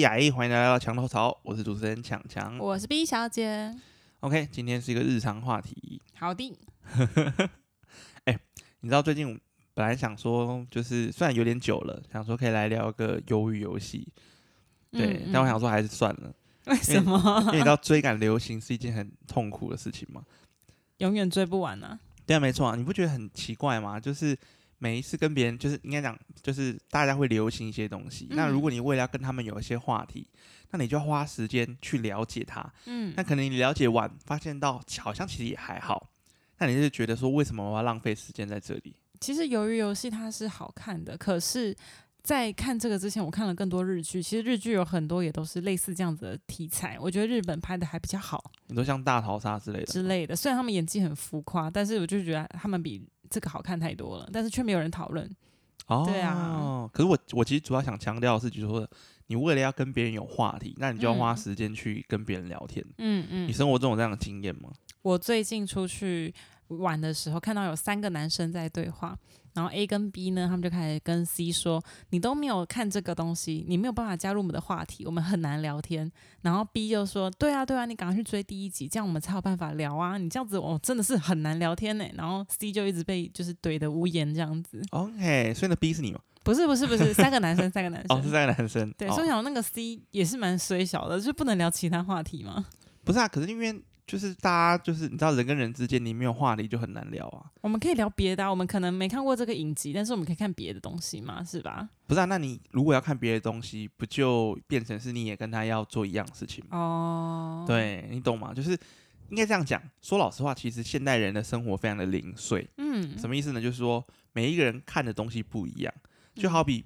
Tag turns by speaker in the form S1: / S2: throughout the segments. S1: 雅意，哎欢迎来到墙头草，我是主持人强强。
S2: 我是 B 小姐。
S1: OK，今天是一个日常话题。 哎
S2: 好的，
S1: 你知道最近本来想说，就是虽然有点久了，想说可以来聊个鱿鱼游戏，对，
S2: 嗯嗯
S1: 但我想说还是算 了，
S2: 为什么
S1: 因为你知道追赶流行是一件很痛苦的事情嘛。
S2: 永远追不完呢、
S1: 对啊，没错啊，你不觉得很奇怪吗？就是每一次跟别人，就是应该讲，就是大家会流行一些东西。那如
S2: 嗯
S1: 果你为了要跟他们有一些话题，那你就要花时间去了解它。
S2: 嗯
S1: 那可能你了解完，发现到好像其实也还好，那你就觉得说，为什么我要浪费时间在这里？
S2: 其实《鱿鱼游戏》它是好看的，可是，在看这个之前，我看了更多日剧。其实日剧有很多也都是类似这样子的题材，我觉得日本拍的还比较好
S1: 你说像大逃杀之类的，
S2: 之类的。虽然他们演技很浮夸，但是我就觉得他们比这个好看太多了，但是却没有人讨论。
S1: 哦，
S2: 对啊。
S1: 可是我我其实主要想强调的是，就是说，你为了要跟别人有话题，那你就要花
S2: 嗯
S1: 时间去跟别人聊天。
S2: 嗯嗯
S1: 你生活中有这样的经验吗？
S2: 我最近出去玩的时候，看到有三个男生在对话，然后 A 跟 B 呢，他们就开始跟 C 说：“你都没有看这个东西，你没有办法加入我们的话题，我们很难聊天。”然后 B 就说：“对啊，对啊，你赶快去追第一集，这样我们才有办法聊啊！你这样子，我、真的是很难聊天呢、然后 C 就一直被就是怼的无言这样子。
S1: OK，所以那 B 是你吗？
S2: 不是不是不是，三个男生，三个男生。
S1: 哦，是三个男生。
S2: 对，
S1: 哦
S2: 所以我想那个 C 也是蛮衰小的，就不能聊其他话题嘛。
S1: 不是啊，可是因为就是大家就是你知道人跟人之间你没有话题就很难聊啊。
S2: 我们可以聊别的、啊，我们可能没看过这个影集，但是我们可以看别的东西嘛，是吧？
S1: 不是啊，那你如果要看别的东西，不就变成是你也跟他要做一样的事情吗？
S2: 哦，
S1: 对你懂吗？就是应该这样讲。说老实话，其实现代人的生活非常的零碎。
S2: 嗯，
S1: 什么意思呢？就是说每一个人看的东西不一样。
S2: 嗯
S1: 就好比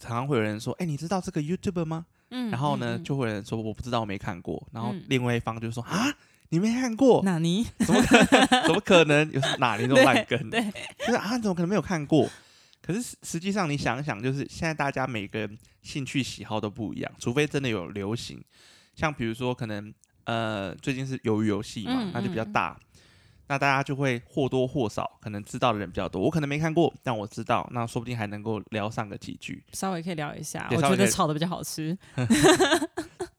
S1: 常常会有人说：“哎、你知道这个 YouTube 吗？”
S2: 嗯，
S1: 然后呢，
S2: 嗯嗯
S1: 就会有人说：“我不知道，我没看过。”然后
S2: 嗯
S1: 另外一方就说：“啊，你没看过？
S2: 纳尼？
S1: 怎么可能？怎么可能？有哪里这种烂根？
S2: 对，
S1: 就是啊，你怎么可能没有看过？”可是实实际上，你想一想，就是现在大家每个人兴趣喜好都不一样，除非真的有流行，像比如说可能呃最近是鱿鱼游戏嘛，
S2: 嗯
S1: 那就比较
S2: 嗯
S1: 大，那大家就会或多或少可能知道的人比较多。我可能没看过，但我知道，那说不定还能够聊上个几句
S2: 稍微可以聊一下，
S1: 对
S2: 我
S1: 稍微
S2: 觉
S1: 可以
S2: 得炒的比较好吃。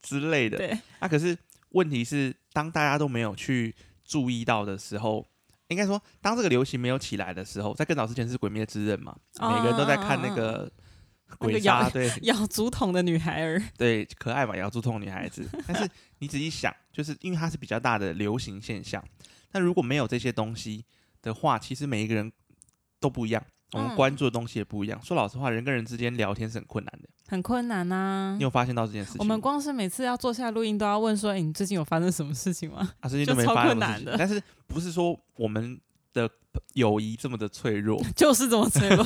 S1: 之类的。
S2: 对，
S1: 那、可是问题是，当大家都没有去注意到的时候。应该说，当这个流行没有起来的时候，在更早之前是《鬼灭之刃》嘛，
S2: 哦
S1: 每个人都在看那
S2: 哦哦
S1: 个
S2: 那
S1: 鬼
S2: 个
S1: 杀，
S2: 摇
S1: 对，
S2: 咬竹筒的女孩儿，
S1: 对， 可爱嘛，咬住痛女孩子。但是你仔细想，就是因为它是比较大的流行现象。那如果没有这些东西的话，其实每一个人都不一样，我们
S2: 嗯
S1: 关注的东西也不一样。说老实话，人跟人之间聊天是很困难的。
S2: 很困难啊呐
S1: 你。有发现到这件事情吗？
S2: 嗯我们光是每次要坐下录音，都要问说：“哎，你最近有发生什么事情吗
S1: 啊，最近
S2: 就
S1: 都没
S2: 超
S1: 发生
S2: 困
S1: 什么事
S2: 难
S1: 情
S2: 的？”
S1: 但是不是说我们的友谊这么的脆弱？
S2: 就是这么脆弱，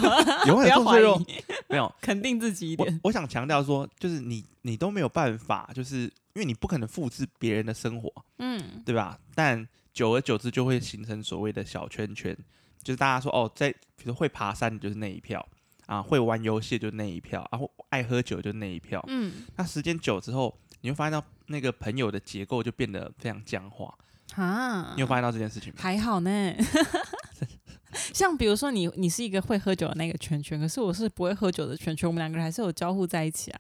S1: 有
S2: 不
S1: 很
S2: 要
S1: 多
S2: 怀
S1: 脆弱
S2: 疑，
S1: 没有，
S2: 肯定自 己一
S1: 我
S2: 点。
S1: 我想强调说，就是你你都没有办法，就是因为你不可能复制别人的生活，
S2: 嗯，
S1: 对吧？但久而久之就会形成所谓的小圈圈，就是大家说哦，在比如会爬山就是那一票啊，会玩游戏就是那一票，然、后爱喝酒就是那一票。
S2: 嗯，
S1: 那时间久之后，你会发现到那个朋友的结构就变得非常僵化。
S2: 哈
S1: 你有发现到这件事情吗？
S2: 还嗯好呢。 像比如说你，你是一个会喝酒的那个圈圈，可是我是不会喝酒的圈圈，我们两个人还是有交互在一起啊。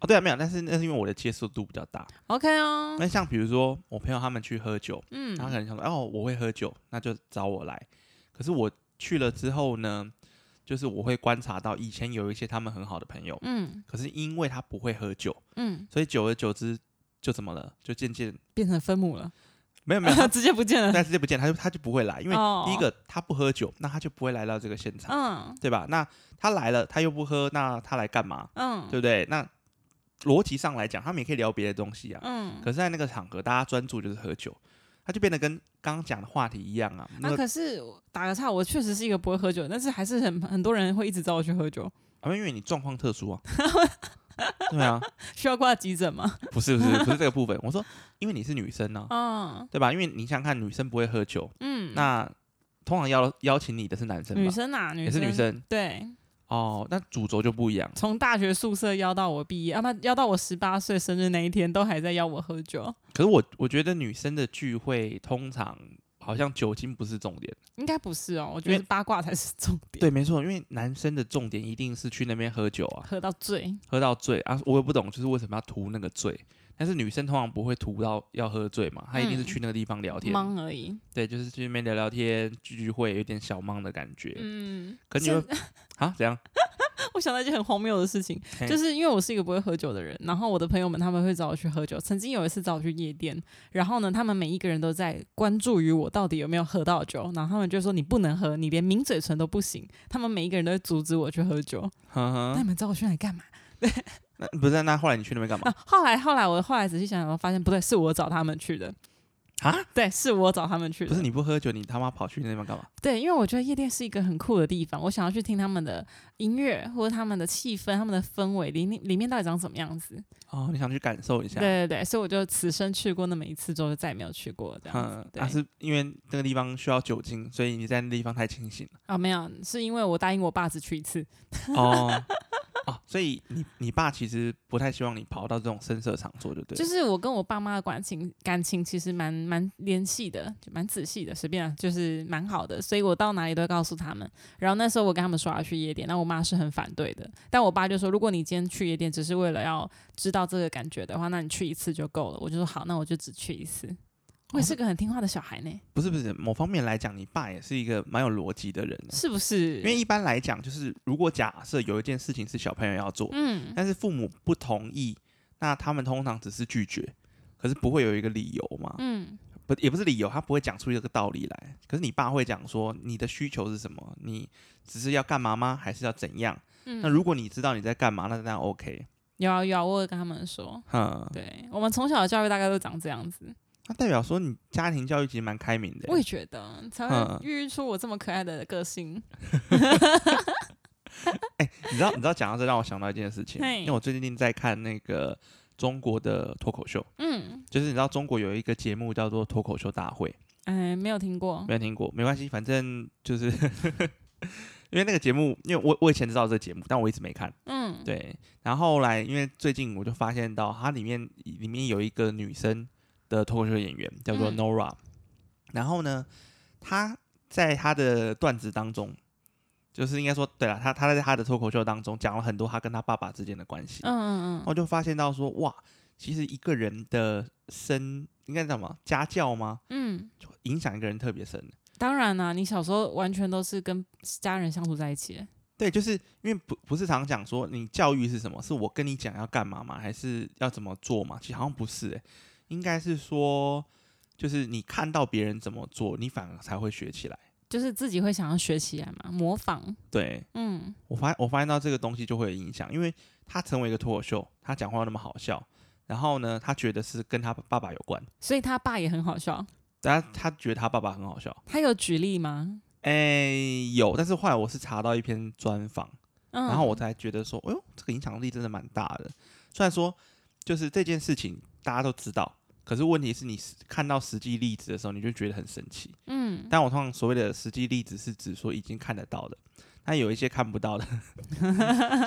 S1: 哦，对啊，没有，但是那是因为我的接受度比较大。
S2: OK 哦，
S1: 那像比如说我朋友他们去喝酒，
S2: 嗯
S1: 他可能想说，哦，我会喝酒，那就找我来。可是我去了之后呢，就是我会观察到以前有一些他们很好的朋友，
S2: 嗯
S1: 可是因为他不会喝酒，
S2: 嗯，
S1: 所以久而久之就怎么了？就渐渐
S2: 变成分母了，
S1: 没 有没有，他
S2: 直接不见了。
S1: 但是就不见他就他就不会来，因为
S2: 哦
S1: 第一个他不喝酒，那他就不会来到这个现场，
S2: 嗯
S1: 对吧？那他来了，他又不喝，那他来干嘛？
S2: 嗯，
S1: 对不对？那逻辑上来讲，他们也可以聊别的东西啊。
S2: 嗯。
S1: 可是，在那个场合，大家专注就是喝酒，他就变得跟刚刚讲的话题一样啊。那
S2: 啊，
S1: 个、
S2: 可是我打个岔，我确实是一个不会喝酒的，但是还是很很多人会一直找我去喝酒，
S1: 啊因为你状况特殊啊。对啊，
S2: 需要挂急诊吗？
S1: 不是不是不是这个部分。我说，因为你是女生呢、
S2: 嗯
S1: 对吧？因为你想想看，女生不会喝酒，
S2: 嗯，
S1: 那通常邀邀请你的是男生吧？
S2: 女生啊，女生
S1: 也是女，生
S2: 对，
S1: 哦，那主轴就不一样。
S2: 从大学宿舍邀到我毕业，啊不，邀到我十八岁生日那一天，都还在邀我喝酒。
S1: 可是我我觉得女生的聚会通常好好像酒精不是重点。
S2: 应该不是哦，我
S1: 因
S2: 觉
S1: 为
S2: 得八卦才是重点。
S1: 对，没错，因为男生的重点一定是去那边喝酒啊，
S2: 喝到醉，
S1: 喝到醉啊，我也不懂，就是为什么要图那个醉。但是女生通常不会图到要喝醉嘛，她一定是
S2: 嗯
S1: 去那个地方哦聊天，
S2: 忙而已。
S1: 对，就是去那边聊聊天、聚聚会，有点小忙的感觉。
S2: 嗯，
S1: 可你会
S2: 是
S1: 啊，怎样？
S2: 我想到一件很荒谬的事情，
S1: 嘿
S2: 就是因为我是一个不会喝酒的人，然后我的朋友们他们会找我去喝酒。曾经有一次找我去夜店，然后呢，他们每一个人都在关注于我到底有没有喝到酒，然后他们就说你不能喝，你连抿嘴唇都不行。他们每一个人都会阻止我去喝酒。
S1: 呵
S2: 那、
S1: 呵
S2: 你，们找我去哪里干嘛？
S1: 那不是？那后来你去那边 干嘛
S2: 啊，后来后来我后来仔细想想，我发现不对，是我找他们去的。
S1: 啊？
S2: 对，是我找他们去的。
S1: 不是你不喝酒，你他妈跑去那边干嘛？
S2: 对，因为我觉得夜店是一个很酷的地方，我想要去听他们的音乐或者他们的气氛、他们的氛围里面里面到底长什么样子。
S1: 哦，你想去感受一下。
S2: 对对对，所以我就此生去过那么一次之后，就再也没有去过这样子
S1: 嗯。，
S2: 对
S1: 啊，是因为那个地方需要酒精，所以你在那地方太清醒了。
S2: 啊，没有，是因为我答应我爸只去一次。
S1: 哦，哦，所以你你爸其实不太希望你跑到这种深色场所，就对了。
S2: 就是我跟我爸妈的感情感情其实蛮蛮联系的，就蛮仔细的，随便啊就是蛮好的，所以我到哪里都会告诉他们。然后那时候我跟他们说要去夜店，那我妈是很反对的，但我爸就说，如果你今天去夜店只是为了要知道这个感觉的话，那你去一次就够了。我就说好，那我就只去一次。我也是个很听话的小孩呢，
S1: 不是不是，某方面来讲，你爸也是一个蛮有逻辑的人。啊
S2: 是不是？
S1: 因为一般来讲，就是如果假设有一件事情是小朋友要做，
S2: 嗯，
S1: 但是父母不同意，那他们通常只是拒绝，可是不会有一个理由嘛？
S2: 嗯
S1: 不，也不是理由，他不会讲出一个道理来。可是你爸会讲说，你的需求是什么？你只是要干嘛吗？还是要怎样？那
S2: 嗯，
S1: 如果你知道你在干嘛，那当然 OK。
S2: 有啊有啊，我有跟他们
S1: 嗯
S2: 说，
S1: 哼，
S2: 对我们从小的教育大概都长这样子。
S1: 那代表说你家庭教育其实蛮开明的
S2: 我
S1: 欸。
S2: 也觉得才
S1: 嗯
S2: 会孕育出我这么可爱的个性。
S1: 你知道，你知道讲到这让我想到一件事情，
S2: 嘿
S1: 因为我最近在看那个中国的脱口秀，
S2: 嗯，
S1: 就是你知道中国有一个节目叫做脱口秀大会，
S2: 哎，没有听过。
S1: 没有听过，没关系，反正就是 因为那个节目，因为我我以前知道这个节目，但我一直没看。
S2: 嗯，
S1: 对，然后后来因为最近我就发现到它里面里面有一个女生的脱口秀演员叫做
S2: 嗯
S1: Nora，、然后呢，她在她的段子当中，就是应该说对了，她她在她的脱口秀当中讲了很多她跟她爸爸之间的关系，
S2: 嗯嗯嗯，
S1: 我就发现到说哇，其实一个人的身应该叫什么家教吗，
S2: 嗯，
S1: 影响一个人特别深。
S2: 当然啦、你小时候完全都是跟家人相处在一起。
S1: 对，就是因为不不是常讲说你教育是什么？是我跟你讲要干嘛吗？还是要怎么做吗？其实好像不是、欸，应该是说，就是你看到别人怎么做，你反而才会学起来。
S2: 就是自己会想要学起来嘛，模仿，
S1: 对
S2: 嗯
S1: 我发我发现到这个东西就会有影响，因为他成为一个脱口秀，他讲话那么好笑，然后呢，他觉得是跟他爸爸有关，
S2: 所以他爸也很好笑。
S1: 但他他觉得他爸爸很好笑。
S2: 他有举例吗？
S1: 哎、有，但是后来我是查到一篇专访，
S2: 嗯，
S1: 然后我才觉得说，哎呦，这个影响力真的蛮大的。虽然说就是这件事情大家都知道，可是问题是你实看到实际例子的时候，你就觉得很神奇。
S2: 嗯，
S1: 但我通常所谓的实际例子是指说已经看得到的，那有一些看不到的，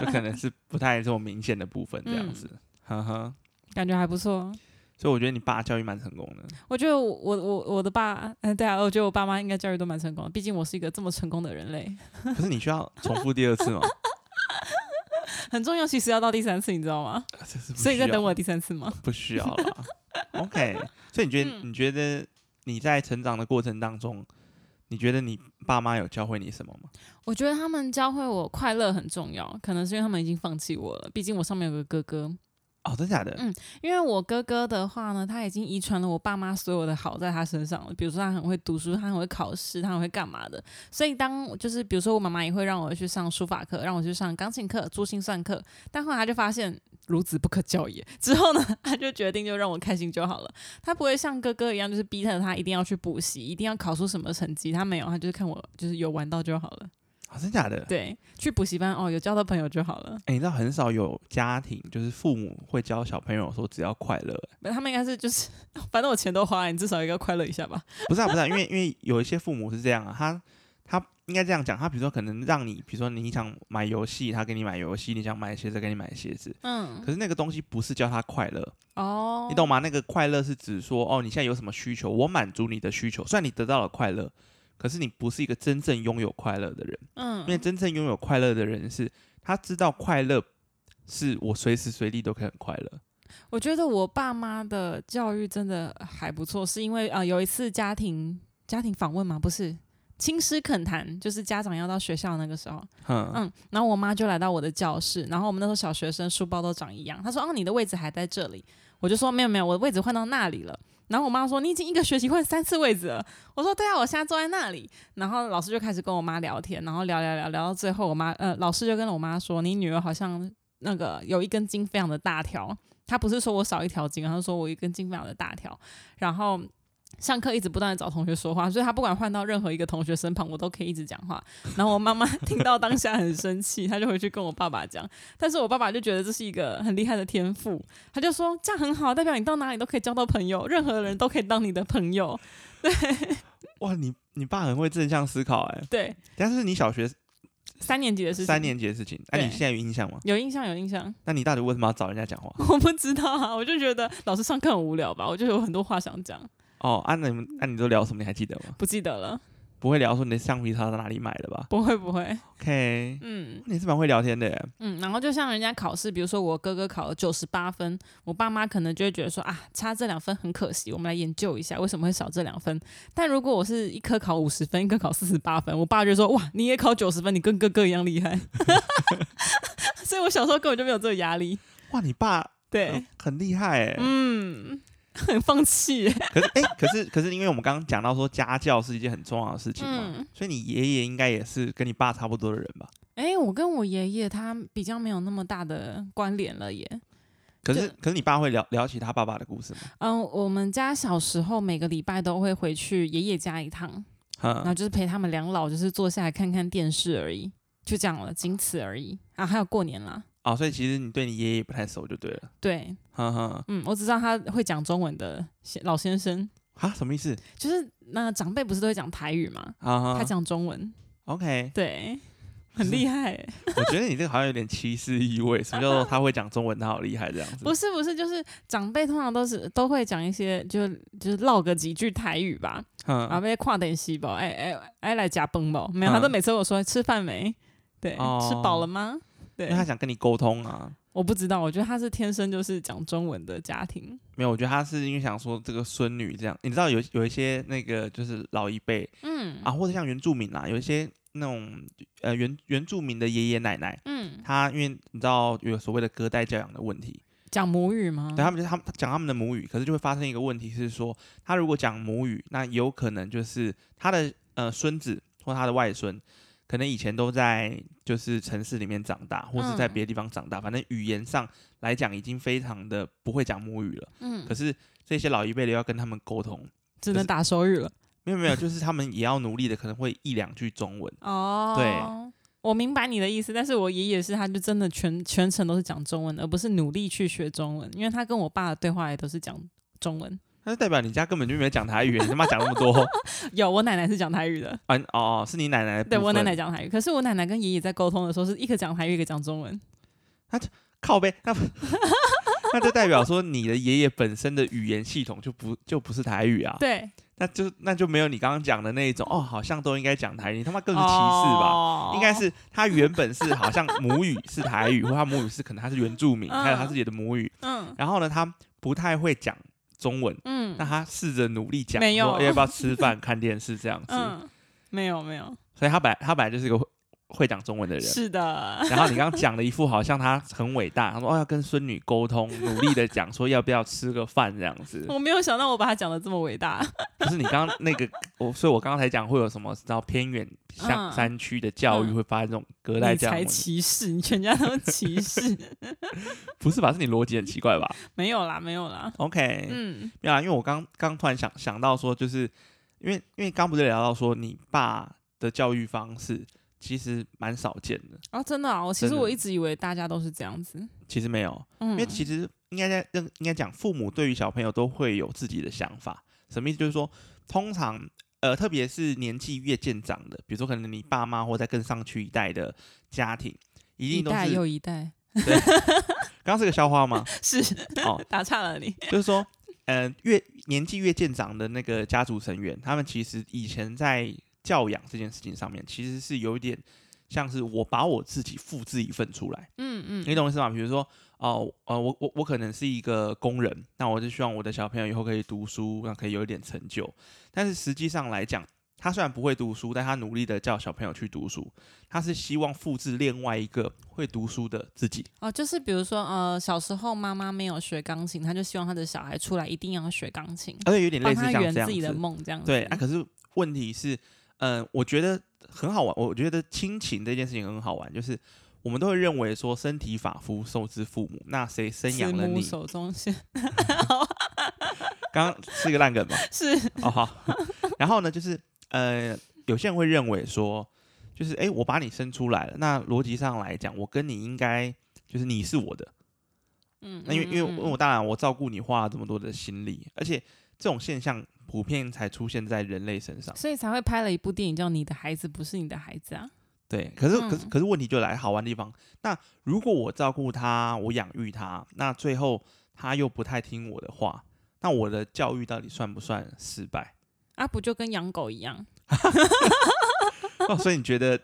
S1: 就可能是不太这么明显的部分这
S2: 嗯
S1: 样子。呵呵，
S2: 感觉还不错。
S1: 所以我觉得你爸教育蛮成功的。
S2: 我觉得我我我我的爸，嗯，对啊，我觉得我爸妈应该教育都蛮成功的，毕竟我是一个这么成功的人类，
S1: 可是你需要重复第二次吗？
S2: 很重要。其实要到第三次，你知道吗？
S1: 这是不
S2: 所以在
S1: 需要
S2: 等我第三次吗？
S1: 不需要了。OK，所以你觉得、你觉得你在成长的过程当中，你觉得你爸妈有教会你什么吗？
S2: 我觉得他们教会我快乐很重要，可能是因为他们已经放弃我了。毕竟我上面有个哥哥，
S1: 哦，真假的？
S2: 嗯因为我哥哥的话呢，他已经遗传了我爸妈所有的好在他身上了。比如说他很会读书，他很会考试，他很会干嘛的。所以当就是比如说我妈妈也会让我去上书法课，让我去上钢琴课、珠心算课，但后来他就发现孺子不可教也。之后呢，他就决定就让我开心就好了。他不会像哥哥一样，就是逼着他一定要去补习，一定要考出什么成绩。他没有，他就是看我就是有玩到就好了。
S1: 哦，真假的？
S2: 对，去补习班哦，有交到朋友就好了。
S1: 哎、你知道很少有家庭就是父母会教小朋友说只要快乐、
S2: 没他们应该是就是， 反正我钱都花了，你至少也要快乐一下吧。
S1: 不是啊，不是啊，因为因为有一些父母是这样啊，他他应该这样讲，他比如说可能让你，比如说你想买游戏，他给你买游戏；你想买鞋子，给你买鞋子。
S2: 嗯，
S1: 可是那个东西不是叫他快乐，
S2: 哦，
S1: 你懂吗？那个快乐是指说，哦，你现在有什么需求，我满足你的需求。虽然你得到了快乐，可是你不是一个真正拥有快乐的人，因为
S2: 嗯，
S1: 真正拥有快乐的人是他知道快乐是我随时随地都可以很快乐。
S2: 我觉得我爸妈的教育真的还不错，是因为呃有一次家庭家庭访问嘛，不是亲师恳谈，就是家长要到学校那个时候，
S1: 哼，
S2: 嗯，然后我妈就来到我的教室，然后我们那时候小学生书包都长一样，她说：“哦，你的位置还在这里。”我就说：“没有没有，我的位置换到那里了。”然后我妈说：“你已经一个学期换三次位置了。”我说：“对啊，我现在坐在那里。”然后老师就开始跟我妈聊天，然后聊聊聊聊到最后，我妈呃，老师就跟我妈说：“你女儿好像那个有一根筋非常的大条，她不是说我少一条筋，她是说我一根筋非常的大条。”然后。上课一直不断的找同学说话，所以她不管换到任何一个同学身旁，我都可以一直讲话。然后我妈妈 听到当下很生气，她就回去跟我爸爸讲。但是我爸爸就觉得这是一个很厉害的天赋，他就说这样很好，代表你到哪里都可以交到朋友，任何人都可以当你的朋友。
S1: 哇，你你爸很会正向思考哎、
S2: 对，
S1: 但是你小学
S2: 三年级的事情，
S1: 三年级的事情，哎、
S2: 对
S1: 你现在有印象吗？
S2: 有印象有印象，
S1: 那你到底为什么要找人家讲话？
S2: 我不知道啊，我就觉得老师上课很无聊吧，我就有很多话想讲，
S1: 哦，啊，那你们，那、你都聊什么？你还记得吗？
S2: 不记得了，
S1: 不会聊说你的橡皮擦在哪里买的吧
S2: 不会不会，
S1: ？OK，
S2: 嗯。
S1: 你是蛮会聊天的耶。
S2: 嗯，然后就像人家考试，比如说我哥哥考了九十八分，我爸妈可能就会觉得说啊，差这两分很可惜，我们来研究一下为什么会少这两分。但如果我是一科考五十分，一科考四十八分，我爸就说哇，你也考九十分，你跟哥哥一样厉害。 所以我小时候根本就没有这个压力，
S1: 哇，你爸
S2: 对，
S1: 很厉害哎。
S2: 嗯，很放弃耶，
S1: 可是哎、可是可是，因为我们刚刚讲到说家教是一件很重要的事情嘛，
S2: 嗯。
S1: 所以你爷爷应该也是跟你爸差不多的人吧？
S2: 哎，我跟我爷爷他比较没有那么大的关联了耶。
S1: 可是
S2: 对
S1: 可是你爸会聊聊起他爸爸的故事吗？
S2: 嗯，我们家小时候每个礼拜都会回去爷爷家一趟，然后
S1: 嗯，
S2: 就是陪他们两老，就是坐下来看看电视而已，就这样了，仅此而已啊。还有过年啦，
S1: 哦，所以其实你对你爷爷也不太熟就对了。
S2: 对，
S1: 哼哼，
S2: 嗯，我只知道他会讲中文的先老先生，
S1: 啊，什么意思？
S2: 就是那长辈不是都会讲台语嘛，
S1: 啊
S2: 他
S1: 哈
S2: 讲中文，
S1: ，OK，
S2: 对，很厉害欸、
S1: 我觉得你这个好像有点歧视意味，什么叫做他会讲中文，他好厉害这样子？
S2: 不是不是，就是长辈通常都是都会讲一些，就就是唠个几句台语吧，啊然后
S1: 嗯，
S2: 被跨点西吧，哎哎哎来夹崩吧，没有，他
S1: 嗯
S2: 都每次我说吃饭没，对，吃饱了吗？对
S1: 因为，他想跟你沟通啊。
S2: 我不知道，我觉得他是天生就是讲中文的家庭。
S1: 没有，我觉得他是因为想说这个孙女这样，你知道有有一些那个就是老一辈
S2: 嗯
S1: 啊，或者像原住民啦，有一些那种呃原原住民的爷爷奶奶，
S2: 嗯，
S1: 他因为你知道有所谓的隔代教养的问题，
S2: 讲母语吗？
S1: 对他们就他们讲他们的母语，可是就会发生一个问题是说，他如果讲母语，那有可能就是他的呃孙子或他的外孙。可能以前都在就是城市里面长大，或是在
S2: 嗯
S1: 别的地方长大，反正语言上来讲已经非常的不会讲母语了。
S2: 嗯
S1: 可，是这些老一辈的要跟他们沟通，
S2: 只能打手语了。
S1: 没有没有，就是他们也要努力的，可能会一两句中文。
S2: 哦，
S1: 对。
S2: 我明白你的意思，但是我爷爷是他就真的全全程都是讲中文，而不是努力去学中文，因为他跟我爸的对话也都是讲中 文。
S1: 那就代表你家根本就没有讲台语，你他妈讲那么 多
S2: 有我奶奶是讲台语的，
S1: 啊？哦，是你奶奶的部
S2: 对我奶
S1: 分
S2: 奶讲台语，可是我奶奶跟爷爷在沟通的时候是一个讲台语，一个讲中文。
S1: 靠背，那 那就代表说你的爷爷本身的语言系统就不就不是台语啊？
S2: 对，
S1: 那就那就没有你刚刚讲的那一种哦，好像都应该讲台语，你他妈更是歧视吧？
S2: 吧
S1: 应该是他原本是好像母语是台语，或他母语是可能他是原住民，
S2: 嗯
S1: 还有他自己的母语，
S2: 嗯
S1: 然后呢，他不太会讲中文，
S2: 嗯
S1: 那他试着努力讲，
S2: 没有
S1: 说哎要不要吃饭、看电视这样子。
S2: 嗯，没有没有，
S1: 所以他本来他本来就是一个会会讲中文的人。
S2: 是的，
S1: 然后你刚刚讲了一副好像他很伟大，他说哦要跟孙女沟通，努力的讲说要不要吃个饭这样 子。
S2: 我没有想到我把他讲的这么伟大。
S1: 不是你刚刚那个我，所以我刚刚才讲会有什么，知道偏远像
S2: 嗯
S1: 山区的教育
S2: 嗯
S1: 会发生这种隔代
S2: 你
S1: 教
S2: 才
S1: 育，
S2: 歧视，你全家都歧视。
S1: 不是吧？是你逻辑很奇怪吧
S2: 没有啦，没有 啦。
S1: ？OK，
S2: 嗯
S1: 没有啦，因为我刚刚突然想想到说，就是因为因为刚不是聊到说你爸的教育方式其实蛮少见的，
S2: 哦，真的啊、我其实
S1: 真的
S2: 我一直以为大家都是这样子。
S1: 其实没有，
S2: 嗯，
S1: 因为其实应该在应该讲，父母对于小朋友都会有自己的想法。什么意思？就是说，通常呃，特别是年纪越渐长的，比如说可能你爸妈或在更上去一代的家庭，一
S2: 一
S1: 定都
S2: 代
S1: 是
S2: 又一代，
S1: 对。 刚刚是个笑话吗？
S2: 是
S1: 哦，
S2: 打岔了你。
S1: 就是说，呃，越年纪越渐长的那个家族成员，他们其实以前在教养这件事情上面，其实是有一点像是我把我自己复制一份出来，
S2: 嗯
S1: 你
S2: 嗯，
S1: 懂我意思吗？比如说，哦、呃，我我我可能是一个工人，那我就希望我的小朋友以后可以读书，那可以有一点成就。但是实际上来讲，他虽然不会读书，但他努力的叫小朋友去读书，他是希望复制另外一个会读书的自己。
S2: 哦，就是比如说，呃，小时候妈妈没有学钢琴，她就希望她的小孩出来一定要学钢琴，
S1: 而且有啊点类
S2: 哦帮
S1: 似
S2: 他
S1: 像
S2: 圆
S1: 这样
S2: 自己
S1: 子
S2: 的，梦，这样子。
S1: 对啊，可是问题是，嗯、我觉得很好玩。我觉得亲情这件事情很好玩，就是我们都会认为说身体发肤受之父母，那谁生
S2: 慈
S1: 养了
S2: 母
S1: 你？
S2: 手中线
S1: 刚刚是一个烂梗吧？
S2: 是
S1: 哦好，然后呢，就是呃，有些人会认为说，就是哎，诶我把你生出来了，那逻辑上来讲，我跟你应该就是你是我的，
S2: 嗯，
S1: 那因为因为
S2: 嗯
S1: 因为我当然我照顾你花了这么多的心力，而且这种现象普遍才出现在人类身上。
S2: 所以才会拍了一部电影叫《你的孩子不是你的孩子》啊。
S1: 对，可是可是
S2: 嗯
S1: 可是问题就来好玩的地方。那如果我照顾他，我养育他，那最后他又不太听我的话，那我的教育到底算不算失败？
S2: 啊，不就跟养狗一样？
S1: 哦，所以你觉得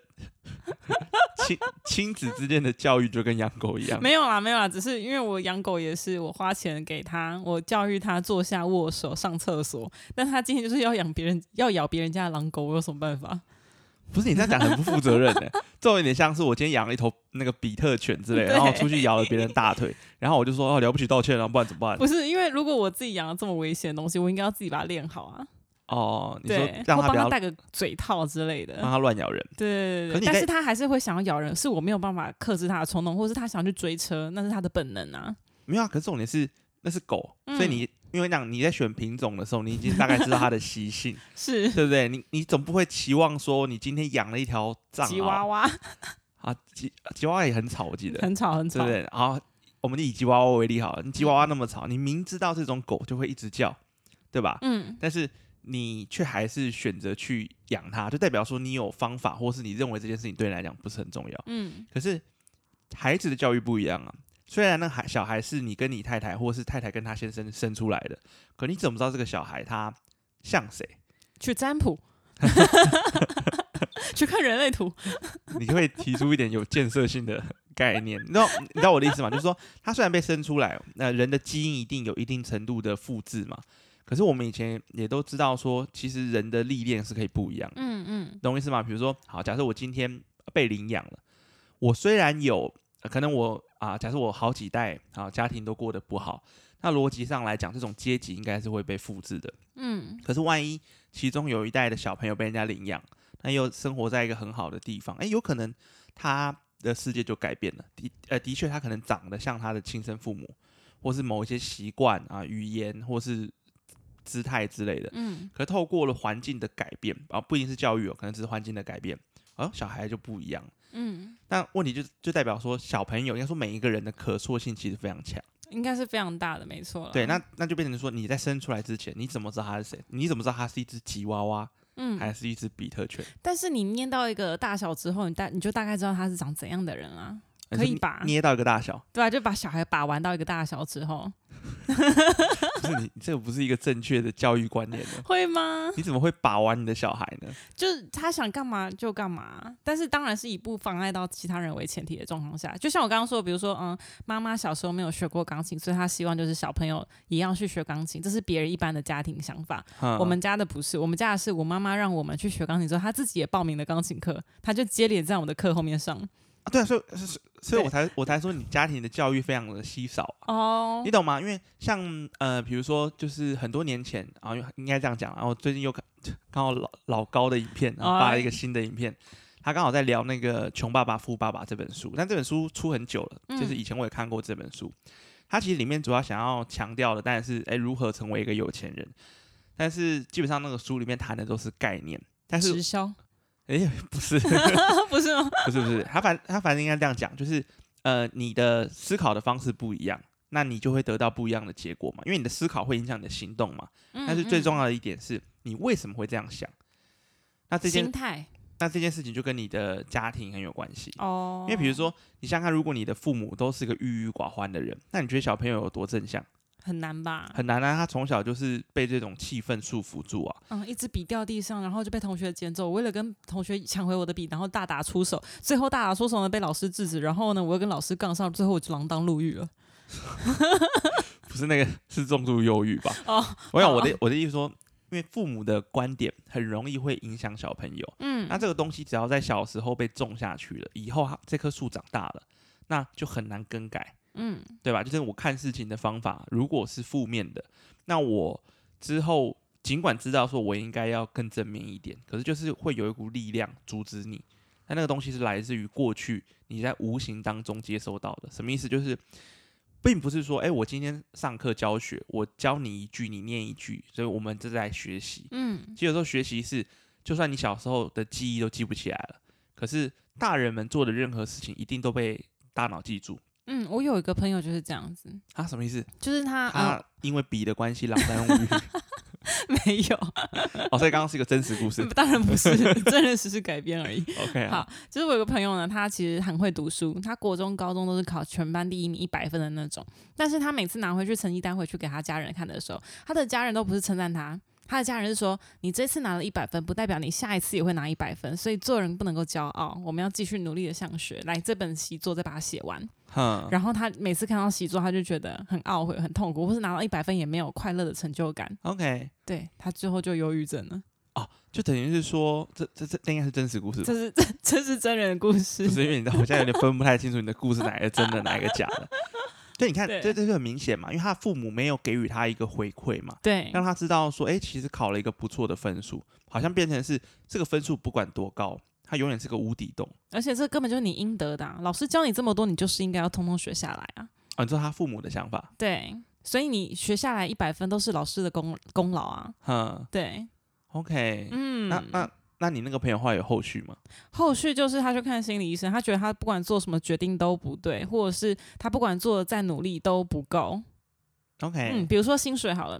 S1: 亲亲子之间的教育就跟养狗一样？
S2: 没有啦，没有啦，只是因为我养狗也是我花钱给它，我教育它坐下、握手、上厕所，但它今天就是要养别人，要咬别人家的狼狗，我有什么办法？
S1: 不是你这样讲很不负责任的、欸这种有点像是我今天养了一头那个比特犬之类，然后出去咬了别人大腿，然后我就说哦了不起道歉了，不然怎么办？
S2: 不是因为如果我自己养了这么危险的东西，我应该要自己把它练好啊。
S1: 哦，你说
S2: 对，
S1: 让
S2: 或
S1: 他
S2: 帮嗯
S1: 不
S2: 它
S1: 要
S2: 戴个嘴套之类的。
S1: 让他乱咬人，
S2: 对
S1: 可
S2: 对对
S1: 你
S2: 对，但
S1: 在
S2: 是它还是会想要咬人，是我没有办法克制它的冲动，或是它想去追车，那是它的本能啊。
S1: 没有啊？可是重点是那是狗，
S2: 嗯
S1: 所以你因为那样你在选品种的时候，你已经大概知道它的习性，
S2: 是
S1: 对不对？你你总不会期望说你今天养了一条藏
S2: 吉娃
S1: 獒
S2: 娃，
S1: 啊，吉吉娃娃也很吵，我记得
S2: 很吵很
S1: 对
S2: 吵。
S1: 不对？好，我们就以吉娃娃为例好了，你吉娃娃那么吵，你明知道这种狗就会一直叫，对吧？
S2: 嗯，
S1: 但是你却还是选择去养它，就代表说你有方法，或是你认为这件事情对你来讲不是很重要。
S2: 嗯
S1: 可是孩子的教育不一样啊，虽然那孩小孩是你跟你太太，或是太太跟他先生生出来的，可你怎么知道这个小孩他像谁？，
S2: 去占卜， 去看人类图，
S1: 你就会提出一点有建设性的概念。你知道你知道我的意思吗？就是说，他虽然被生出来，那、人的基因一定有一定程度的复制嘛。可是我们以前也都知道说，其实人的历练是可以不一样的，
S2: 嗯嗯，
S1: 懂我意思吗？比如说，好，假设我今天被领养了，我虽然有、呃可能我啊、假设我好几代啊家庭都过得不好，那逻辑上来讲，这种阶级应该是会被复制的。
S2: 嗯，
S1: 可是万一其中有一代的小朋友被人家领养，那又生活在一个很好的地方，哎，有可能他的世界就改变了。的呃，的确，他可能长得像他的亲生父母，或是某一些习惯啊、语言或是姿态之类的。
S2: 嗯，
S1: 可透过了环境的改变啊，不一定是教育哦，可能只是环境的改变，啊，小孩就不一样。
S2: 嗯，
S1: 那问题就就代表说，小朋友应该说每一个人的可塑性其实非常强。
S2: 应该是非常大的，没错啦
S1: 对，那那就变成说，你在生出来之前，你怎么知道他是谁？你怎么知道他是一只吉娃娃？
S2: 嗯，
S1: 还是一只比特犬，
S2: 但是你念到一个大小之后，你大你就大概知道他是长怎样的人啊，可以吧
S1: 你是捏到一个大小，
S2: 对啊，就把小孩把玩到一个大小之后，
S1: 不是你你这个不是一个正确的教育观念呢？
S2: 会吗？
S1: 你怎么会把玩你的小孩呢？
S2: 就是他想干嘛就干嘛，但是当然是以不妨碍到其他人为前提的状况下，就像我刚刚说，比如说，嗯，妈妈小时候没有学过钢琴，所以她希望就是小朋友也要去学钢琴，这是别人一般的家庭想法。
S1: 嗯
S2: 我们家的不是，我们家的是我妈妈让我们去学钢琴之后，她自己也报名了钢琴课，她就接连在我们的课后面上。
S1: 啊对啊，所以所以所以
S2: 对
S1: 我才我才说你家庭的教育非常的稀少啊，
S2: 哦
S1: 你，懂吗？因为像呃，比如说就是很多年前啊，因为应该这样讲啊，然后最近又看看到老老高的影片，然后发
S2: 哦
S1: 了一个新的影片。他刚好在聊那个《穷爸爸富爸爸》这本书，但这本书出很久了，
S2: 嗯
S1: 就是以前我也看过这本书。他其实里面主要想要强调的，当然是哎如何成为一个有钱人，但是基本上那个书里面谈的都是概念，但是
S2: 直销
S1: 哎不是
S2: 不是吗？
S1: 不是不是，他反他反正应该这样讲，就是呃，你的思考的方式不一样，那你就会得到不一样的
S2: 嗯
S1: 结果嘛，因为你的思考会影响你的行动嘛。但是最重要的一点是，你为什么会这样想？那这件
S2: 心态
S1: 那这件事情就跟你的家庭很有关系。
S2: 哦，
S1: 因为比如说，你想想看，如果你的父母都是个郁郁寡欢的人，那你觉得小朋友有多正向？
S2: 很难吧？
S1: 很难啊，他从小就是被这种气氛束缚住啊。
S2: 嗯，一支笔掉地上，然后就被同学捡走。我为了跟同学抢回我的笔，然后大打出手，最后大打出手呢被老师制止，然后呢我又跟老师杠上，最后我就锒铛入狱了。
S1: 不是那个， 是重度忧郁吧？
S2: 哦，
S1: 我想我的我的意思说，因为父母的观点很容易会影响小朋友。
S2: 嗯，
S1: 那这个东西只要在小时候被种下去了，以后它这棵树长大了，那就很难更改，
S2: 嗯
S1: 对吧？就是我看事情的方法，如果是负面的，那我之后尽管知道说我应该要更正面一点，可是就是会有一股力量阻止你。那那个东西是来自于过去你在无形当中接收到的，什么意思？就是。并不是说，哎、我今天上课教学，我教你一句，你念一句，所以我们正在学习。
S2: 嗯
S1: 其实有时候学习是，就算你小时候的记忆都记不起来了，可是大人们做的任何事情一定都被大脑记住。
S2: 嗯，我有一个朋友就是这样子，
S1: 啊，什么意思？
S2: 就是他
S1: 他因为笔的关系，朗三 无语。
S2: 呃、 没有，。
S1: 哦，所以刚刚是一个真实故事
S2: 当然不是真人实事改编而已。
S1: OK，啊
S2: 好，就是我有个朋友呢，他其实很会读书，他国中、高中都是考全班第一名一百分的那种。但是他每次拿回去成绩单回去给他家人看的时候，他的家人都不是称赞他，他的家人是说：“你这次拿了一百分，不代表你下一次也会拿一百分，所以做人不能够骄傲，我们要继续努力的上学。来，这本习作再把它写完。”
S1: 嗯哼，
S2: 然后他每次看到习作，他就觉得很懊悔、很痛苦，或是拿到一百分也没有快乐的成就感。
S1: OK，
S2: 对他最后就忧郁症了。
S1: 就等于是说，这这这这应该是真实故事吧
S2: 这。是 这这是真人的故事
S1: 不。是因为你知道，我现在有点分不太清楚你的故事哪一个真的，哪一个假 的。对，你看，
S2: 对
S1: 这这就很明显嘛，因为他的父母没有给予他一个回馈嘛，
S2: 对，
S1: 让他知道说，哎、其实考了一个不错的分数，好像变成是这个分数不管多高，它永远是个无底洞。
S2: 而且这根本就是你应得的啊、老师教你这么多，你就是应该要通通学下来啊。
S1: 啊，你知道他父母的想法，
S2: 对，所以你学下来一百分都是老师的功功劳啊。
S1: 哼
S2: 对，
S1: ，OK，、
S2: 嗯，
S1: 那那那你那个朋友后来有后续吗？
S2: 后续就是他去看心理医生，他觉得他不管做什么决定都不对，或者是他不管做的再努力都不够。
S1: ？OK，
S2: 嗯，比如说薪水好了。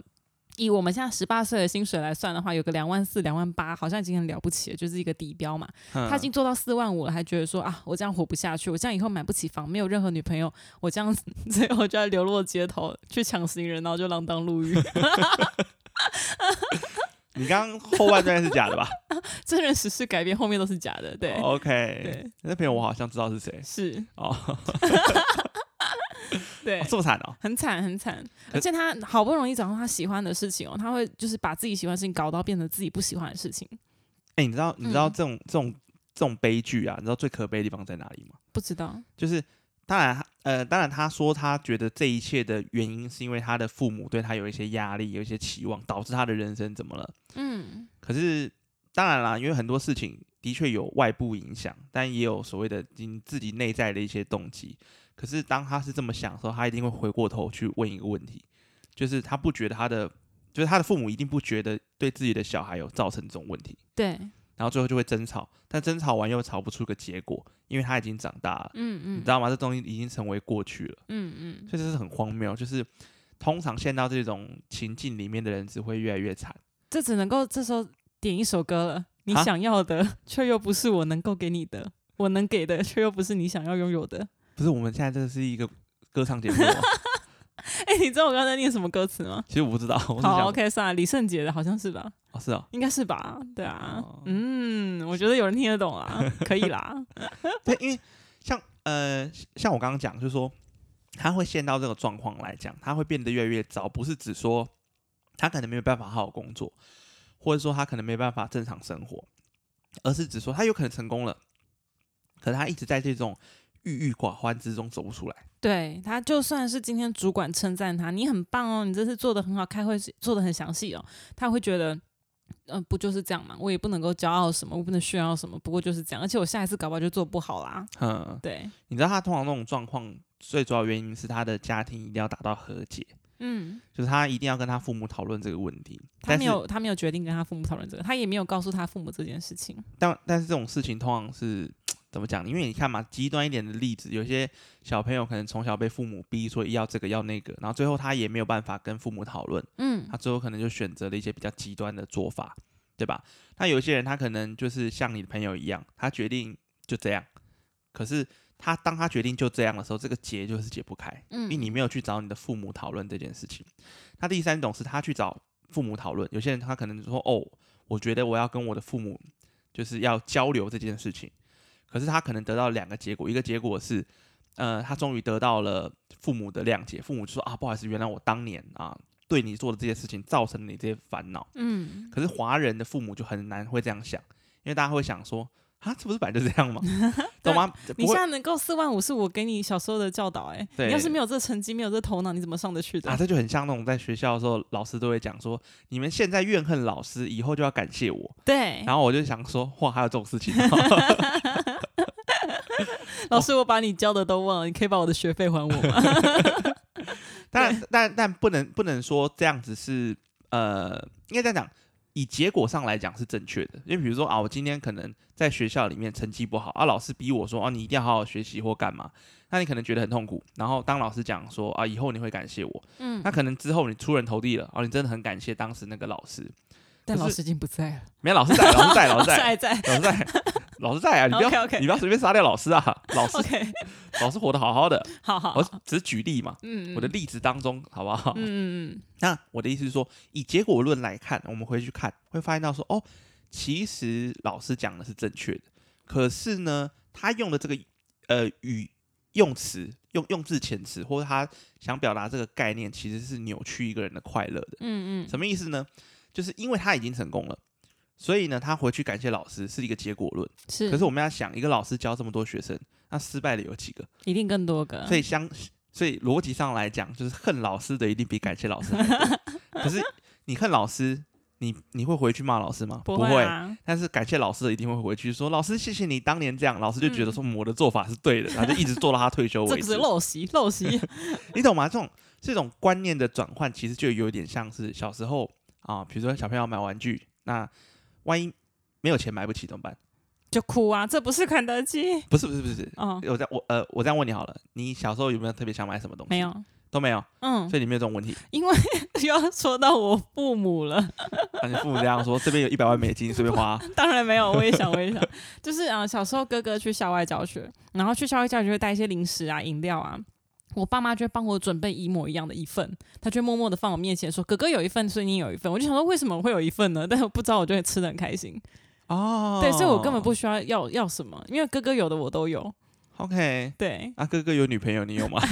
S2: 以我们现在十八岁的薪水来算的话，有个两万四、两万八，好像已经很了不起了，就是一个底标嘛。
S1: 哼
S2: 他已经做到四万五了，还觉得说啊，我这样活不下去，我这样以后买不起房，没有任何女朋友，我这样子 最后就要流落街头去抢行人，然后就锒铛入狱。
S1: 你刚刚后半段是假的吧
S2: 真人实事改编后面都是假的， 对、
S1: ？OK，
S2: 对，
S1: 那朋友我好像知道是谁
S2: 是，
S1: 哦，哦
S2: 对。
S1: 这么惨哦，
S2: 很惨很惨，
S1: 可
S2: 而且他好不容易找到他喜欢的事情哦，他会就是把自己喜欢的事情搞到变成自己不喜欢的事情，
S1: 哎、你知道你知道
S2: 嗯
S1: 这种、这种这种悲剧啊，你知道最可悲的地方在哪里吗？
S2: 不知道，
S1: 就是当然他，呃，当然他说他觉得这一切的原因是因为他的父母对他有一些压力，有一些期望，导致他的人生怎么了？
S2: 嗯
S1: 可是当然啦，因为很多事情的确有外部影响，但也有所谓的你自己内在的一些动机。可是当他是这么想的时候，他一定会回过头去问一个问题，就是他不觉得他的，就是他的父母一定不觉得对自己的小孩有造成这种问题，
S2: 对，
S1: 然后最后就会争吵，但争吵完又吵不出个结果，因为他已经长大了。
S2: 嗯
S1: 你
S2: 嗯
S1: 知道吗？这东西已经成为过去了，
S2: 嗯嗯，
S1: 所以这是很荒谬。就是通常陷到这种情境里面的人，只会越来越惨。
S2: 这只能够这时候点一首歌了。你
S1: 啊
S2: 想要的， 却又不是我能够给你的；我能给的，却又不是你想要拥有的。
S1: 不是，我们现在这个是一个歌唱节目吗，
S2: 哎、你知道我刚才在念什么歌词吗？
S1: 其实我不知道，我是想
S2: 好，OK，算了，李圣杰的好像是吧？
S1: 哦，是哦，
S2: 应该是吧？对啊，
S1: 哦
S2: 嗯，我觉得有人听得懂啦，可以 啦。
S1: 对，因为像呃，像我刚刚讲，就是说他会陷到这个状况来讲，他会变得越来越糟，不是只说他可能没有办法好好工作，或者说他可能没办法正常生活，而是只说他有可能成功了，可是他一直在这种郁郁寡欢之中走不出来。
S2: 对他，就算是今天主管称赞他，你很棒哦，你这次做的很好，开会是做的很详细哦，他会觉得，嗯、不就是这样嘛？我也不能够骄傲什么，我不能炫耀什么，不过就是这样。而且我下一次搞不好就做不好啦。
S1: 嗯，
S2: 对，
S1: 你知道他通常那种状况，最主要原因是他的家庭一定要达到和解，
S2: 嗯。
S1: 就是他一定要跟他父母讨论这个问题。
S2: 他
S1: 但
S2: 没
S1: 是，
S2: 有，他没有决定跟他父母讨论这个，他也没有告诉他父母这件事情。
S1: 但但是这种事情通常是怎么讲？因为你看嘛，极端一点的例子，有些小朋友可能从小被父母逼说要这个要那个，然后最后他也没有办法跟父母讨论，
S2: 嗯
S1: 他最后可能就选择了一些比较极端的做法。对吧？那有一些人他可能就是像你的朋友一样，他决定就这样，可是他当他决定就这样的时候，这个结就是解不开，因
S2: 嗯
S1: 为你没有去找你的父母讨论这件事情。那第三种是他去找父母讨论，有些人他可能说哦，我觉得我要跟我的父母就是要交流这件事情，可是他可能得到两个结果，一个结果是。呃，他终于得到了父母的谅解，父母就说啊，不好意思，原来我当年啊对你做的这些事情造成了你这些烦恼，
S2: 嗯，
S1: 可是华人的父母就很难会这样想，因为大家会想说，啊，这不是本来就这样 吗？懂吗？
S2: 你
S1: 不
S2: 现
S1: 会
S2: 在能够四万五，是我给你小时候的教导、哎，
S1: 对
S2: 你要是没有这成绩，没有这头脑，你怎么上得去的？
S1: 啊，这就很像那种在学校的时候，老师都会讲说，你们现在怨恨老师，以后就要感谢我。
S2: 对，
S1: 然后我就想说，哇，还有这种事情、 哦
S2: 老师，我把你教的都忘了，你可以把我的学费还 我吗？
S1: 当然，但但不能不能说这样子是呃，应该这样讲，以结果上来讲是正确的。因为比如说啊，我今天可能在学校里面成绩不好啊，老师逼我说哦、你一定要好好学习或干嘛，那你可能觉得很痛苦。然后当老师讲说啊，以后你会感谢我，
S2: 嗯
S1: 那可能之后你出人头地了，哦，你真的很感谢当时那个老师。
S2: 但
S1: 可
S2: 老
S1: 是
S2: 师已经不在了，
S1: 没有老师在，老师在，老
S2: 老
S1: 师
S2: 师
S1: 在，
S2: 还 在。
S1: 老师在，老师在啊！你不要
S2: OK，OK
S1: 你不要随便杀掉老师啊！老师
S2: OK，
S1: 老师活得好好的，
S2: 好好，
S1: 我只是举例嘛，
S2: 嗯，嗯
S1: 我的例子当中好不好？
S2: 嗯嗯
S1: 那我的意思是说，以结果论来看，我们回去看会发现到说，哦，其实老师讲的是正确的，可是呢，他用的这个呃语用词、用用字遣词，或者他想表达这个概念，其实是扭曲一个人的快乐的。
S2: 嗯嗯
S1: 什么意思呢？就是因为他已经成功了，所以呢，他回去感谢老师是一个结果论。
S2: 嗯，是，
S1: 可是我们要想，一个老师教这么多学生，那失败的有几个？
S2: 一定更多个，
S1: 所以相，所以逻辑上来讲，就是恨老师的一定比感谢老师还 多。可是你恨老师，你你会回去骂老师吗？
S2: 不
S1: 会。
S2: 啊，
S1: 但是感谢老师的一定会回去说：“老师，谢谢你当年这样。”老师就觉得说我的做法是对 的，然后就一直做到他退休
S2: 嗯这
S1: 为
S2: 个
S1: 止
S2: 是。陋习，陋习，
S1: 你懂吗？这种这种观念的转换，其实就有点像是小时候啊，比如说小朋友买玩具，那万一没有钱买不起怎么办？
S2: 就哭啊，这不是肯德基
S1: 不是不是不是，
S2: 哦，
S1: 我这我呃，我这样问你好了，你小时候有没有特别想买什么东西？
S2: 没，有，
S1: 都没有，
S2: 嗯，
S1: 所以你没有这种问题。
S2: 因为 又要说到我父母了，
S1: 那你父母这样说，这边有一百万美金，随便花。
S2: 当然没有，我也想，我也想，就是啊、呃小时候哥哥去校外教学，然后去校外教学会带一些零食啊、饮料啊。我爸妈就会帮我准备一模一样的一份，他就默默的放我面前说：“哥哥有一份，所以你有一份。”我就想说，为什么我会有一份呢？但是我不知道，我就会吃的很开心。
S1: 哦
S2: 对，所以我根本不需要要要什么，因为哥哥有的我都有。
S1: OK。
S2: 对，
S1: 啊，哥哥有女朋友，你有吗？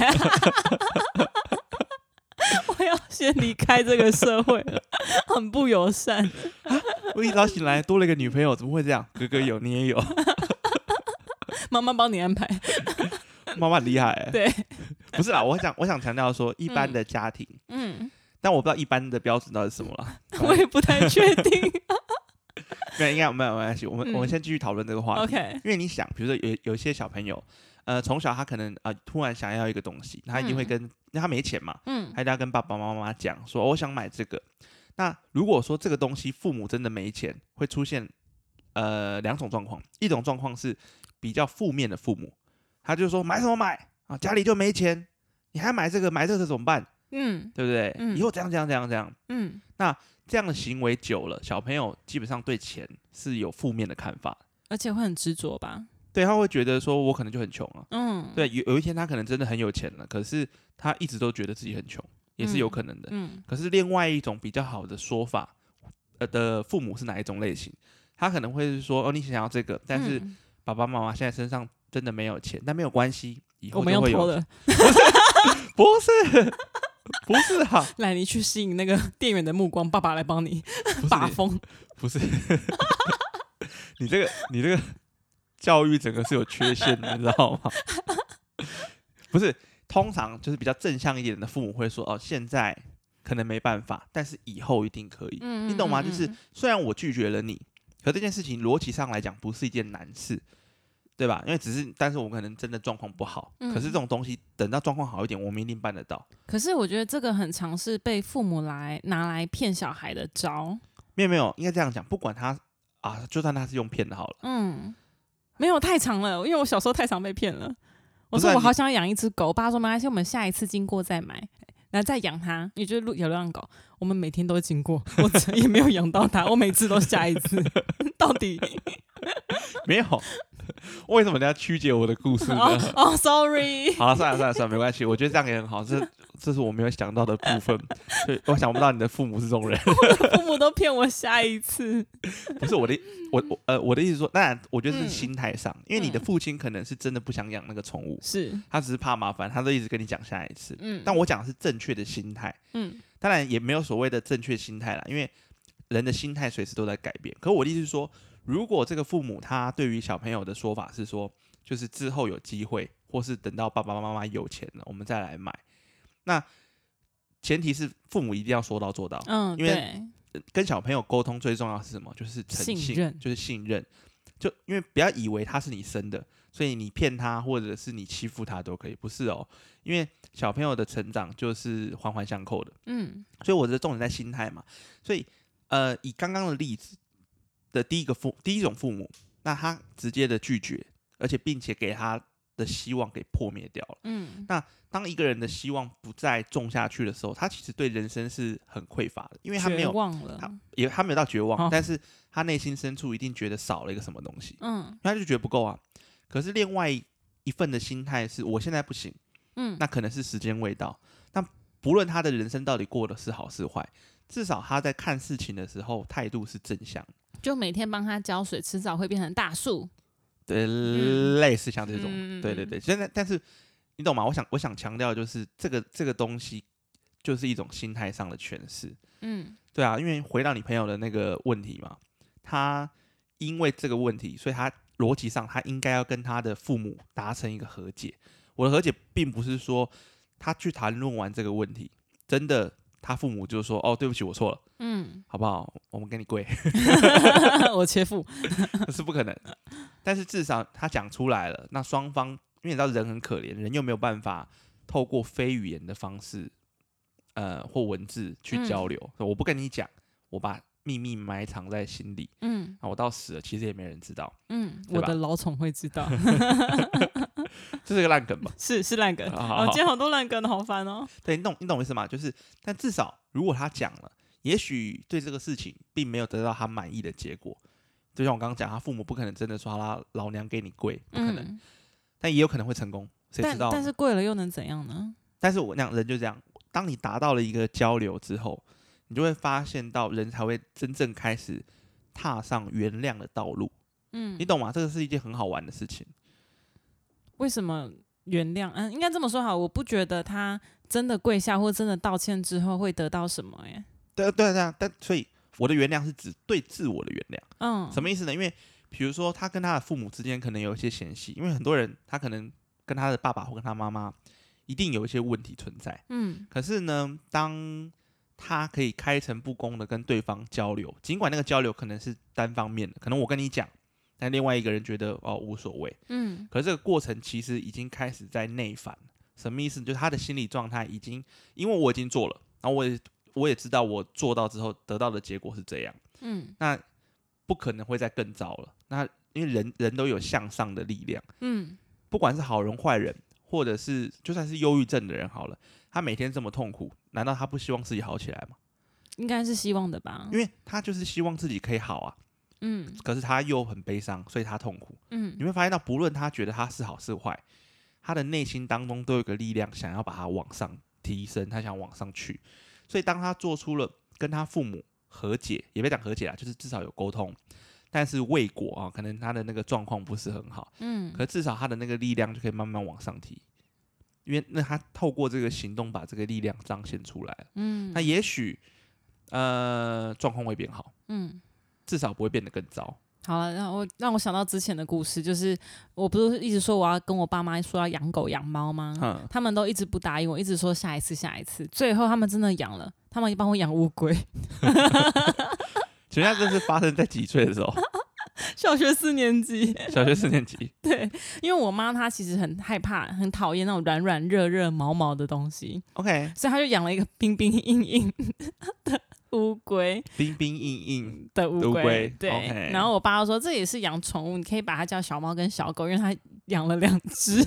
S2: 我要先离开这个社会了， 很不友善。
S1: 我一早醒来多了一个女朋友，怎么会这样？哥哥有，你也有，
S2: 妈妈帮你安排，
S1: 妈妈很厉害、欸。
S2: 对，
S1: 不是啦，我想我想强调说，一般的家庭，
S2: 嗯，
S1: 但我不知道一般的标准到底是什么了。
S2: 我也不太确 定。
S1: 没有，应该没有没有关系。我们、我们先继续讨论这个话题。
S2: 嗯 OK，
S1: 因为你想，比如说有有一些小朋友，呃，从小他可能啊、呃突然想要一个东西，他一定会
S2: 嗯
S1: 跟，因为他没钱嘛，
S2: 嗯
S1: 他一定要跟爸爸妈妈讲说、哦我想买这个。那如果说这个东西父母真的没钱，会出现呃两种状况，一种状况是比较负面的父母，他就说买什么买啊，家里就没钱，你还买这个买这个怎么办？
S2: 嗯
S1: 对不对？
S2: 嗯
S1: 以后怎样怎样怎样怎样，
S2: 嗯，
S1: 这样的行为久了，小朋友基本上对钱是有负面的看法，
S2: 而且会很执着吧？
S1: 对他会觉得说我可能就很穷啊，
S2: 嗯，，
S1: 对，有有一天他可能真的很有钱了，可是他一直都觉得自己很穷，也是有可能的。
S2: 嗯
S1: 可是另外一种比较好的说法，呃的父母是哪一种类型？他可能会是说，哦，你想要这个，但是
S2: 嗯
S1: 爸爸妈妈现在身上真的没有钱，但没有关系，以
S2: 我
S1: 后
S2: 们
S1: 就
S2: 用
S1: 会有
S2: 拖
S1: 钱。
S2: 的，
S1: 不是，不是哈，
S2: 来，你去吸引那个店员的目光，爸爸来帮你
S1: 不
S2: 把
S1: 是
S2: 风。
S1: 不是， 你这个你这个教育整个是有缺陷的，你知道吗？ 不是，通常就是比较正向一点的父母会说，哦，现在可能没办法，但是以后一定可以。
S2: 嗯
S1: 你懂吗？就是
S2: 嗯嗯
S1: 虽然我拒绝了你，可这件事情逻辑上来讲不是一件难事，对吧？因为只是，但是我可能真的状况不好，
S2: 嗯
S1: 可是这种东西等到状况好一点，我们一定办得到。
S2: 可是我觉得这个很常是被父母来拿来骗小孩的招。
S1: 没有没有，应该这样讲，不管他啊，就算他是用骗的好了，
S2: 嗯，没有太长了，因为我小时候太常被骗了。我
S1: 不是啊
S2: 说
S1: 你
S2: 我好想要养一只狗，我爸说没关系，我们下一次经过再买。然后再养它，也就是流浪狗， 我们每天都会经过，我真也没有养到它，我每次都下一 次，到底
S1: 没有， 为什么你要曲解我的故事
S2: 哦
S1: 呢？
S2: 哦，sorry，
S1: 好了，算了算了算了，没关系，我觉得这样也很好，这这是我没有想到的部分，所以我想不到你的父母是这种人，
S2: 父母都骗我下一次，
S1: 不是我的，我我呃我的意思是说，当然我觉得是
S2: 嗯
S1: 心态上，因为你的父亲可能是真的不想养那个宠物，
S2: 是，
S1: 他只是怕麻烦，他都一直跟你讲下一次。
S2: 嗯，
S1: 但我讲的是正确的心态，
S2: 嗯
S1: 当然也没有所谓的正确心态啦，因为人的心态随时都在改变。可我的意思是说，如果这个父母他对于小朋友的说法是说，就是之后有机会，或是等到爸爸妈妈有钱了，我们再来买，那前提是父母一定要说到做到。
S2: 嗯，
S1: 因为
S2: 对，
S1: 跟小朋友沟通最重要是什么？就是诚信，
S2: 信任
S1: 就是信任。就因为不要以为他是你生的，所以你骗他或者是你欺负他都可以，不是哦。因为小朋友的成长就是环环相扣的，
S2: 嗯
S1: 所以我的重点在心态嘛。所以呃，以刚刚的例子的第一个父第一种父母，那他直接的拒绝，而且并且给他的希望给破灭掉了。
S2: 嗯
S1: 当一个人的希望不再种下去的时候，他其实对人生是很匮乏的，因为他没
S2: 绝
S1: 有
S2: 望了
S1: 他，也他没有到绝望，
S2: 哦
S1: 但是他内心深处一定觉得少了一个什么东西，
S2: 嗯
S1: 他就觉得不够啊。可是另外一份的心态是，我现在不行，
S2: 嗯，
S1: 那可能是时间未到。那不论他的人生到底过的是好是坏，至少他在看事情的时候态度是正向的，
S2: 就每天帮它浇水，迟早会变成大树，
S1: 对，
S2: 嗯
S1: 类似像这种，
S2: 嗯嗯
S1: 对对
S2: 嗯
S1: 对。现在但是你懂吗？我想我想强调的就是这个这个东西就是一种心态上的诠释，
S2: 嗯
S1: 对啊，因为回到你朋友的那个问题嘛，他因为这个问题，所以他逻辑上他应该要跟他的父母达成一个和解。我的和解并不是说他去谈论完这个问题，真的他父母就说：“哦，对不起，我错了，
S2: 嗯，
S1: 好不好？我们跟你跪。
S2: 我切腹，”
S1: 是不可能。但是至少他讲出来了，那双方因为你知道人很可怜，人又没有办法透过非语言的方式，呃或文字
S2: 嗯
S1: 去交流。我不跟你讲，我把秘密埋藏在心里。
S2: 嗯
S1: 啊，我到死了，其实也没人知道，
S2: 嗯，
S1: 对
S2: 我
S1: 吧
S2: 的老宠会知道，
S1: 这是个烂梗吧？
S2: 是是烂梗，
S1: 好好
S2: 哦，今天好多烂梗的好烦哦，
S1: 对，你懂你懂我意思吗？就是，但至少如果他讲了，也许对这个事情并没有得到他满意的结果，就像我刚刚讲，他父母不可能真的说他老娘给你跪，不可能，
S2: 嗯，
S1: 但也有可能会成功，谁
S2: 但
S1: 知道呢？
S2: 但是贵了又能怎样呢？
S1: 但是我那样人就这样，当你达到了一个交流之后，你就会发现到人才会真正开始踏上原谅的道路，
S2: 嗯
S1: 你，懂吗？这个是一件很好玩的事情。
S2: 为什么原谅？嗯，应该这么说好，我不觉得他真的跪下或真的道歉之后会得到什么耶。
S1: 对对对啊，但所以我的原谅是指对自我的原谅。
S2: 嗯，
S1: 什么意思呢？因为比如说他跟他的父母之间可能有一些嫌隙，因为很多人他可能跟他的爸爸或跟他妈妈一定有一些问题存在。
S2: 嗯
S1: 可是呢，当他可以开诚布公的跟对方交流，尽管那个交流可能是单方面的，可能我跟你讲，但另外一个人觉得哦无所谓。
S2: 嗯
S1: 可是这个过程其实已经开始在内反，什么意思？就是他的心理状态已经，因为我已经做了，然后我也我也知道我做到之后得到的结果是这样。
S2: 嗯
S1: 那不可能会再更糟了。那因为人人都有向上的力量，
S2: 嗯
S1: 不管是好人坏人，或者是就算是忧郁症的人好了，他每天这么痛苦，难道他不希望自己好起来吗？
S2: 应该是希望的吧
S1: 因。为他就是希望自己可以好啊，
S2: 嗯
S1: 可是他又很悲伤，所以他痛苦。
S2: 嗯
S1: 你会发现到，不论他觉得他是好是坏，他的内心当中都有一个力量想要把他往上提升，他想往上去。所以当他做出了跟他父母和解，也别讲和解啦，啊就是至少有沟通，但是未果啊，可能他的那个状况不是很好，
S2: 嗯
S1: 可至少他的那个力量就可以慢慢往上提。因为那他透过这个行动把这个力量彰显出来啊了，
S2: 嗯
S1: 那也许呃状况会变好，
S2: 嗯。
S1: 至少不会变得更糟。
S2: 好了，让我让我想到之前的故事，就是我不是一直说我要跟我爸妈说要养狗养猫吗？
S1: 嗯，
S2: 他们都一直不答应我，一直说下一次下一次，最后他们真的养了，他们帮我养乌龟。
S1: 请问一下这是发生在几岁的时候？
S2: 小学四年级，
S1: 小学四年级。
S2: 对，因为我妈她其实很害怕、很讨厌那种软软热热、毛毛的东西，
S1: OK，
S2: 所以她就养了一个冰冰硬硬的乌龟
S1: 冰冰硬硬，
S2: 的乌
S1: 乌
S2: 龟
S1: 龟。
S2: 对
S1: OK
S2: 然后我爸就说这也是养宠物，你可以把它叫小猫跟小狗，因为它养了两只。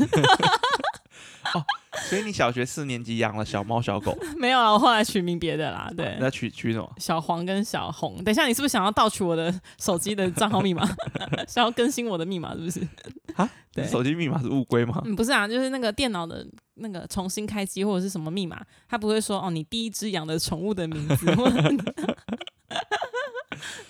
S1: 所以你小学四年级养了小猫小狗，
S2: 没有啊，我后来取名别的啦，对。
S1: 那取取什么？
S2: 小黄跟小红，等一下，你是不是想要盗取我的手机的账号密码？ 想要更新我的密码是不是？
S1: 啊，
S2: 对
S1: 手机密码是乌龟吗？
S2: 嗯，不是啊，就是那个电脑的那个重新开机或者是什么密码，它不会说哦，你第一只养的宠物的名字。或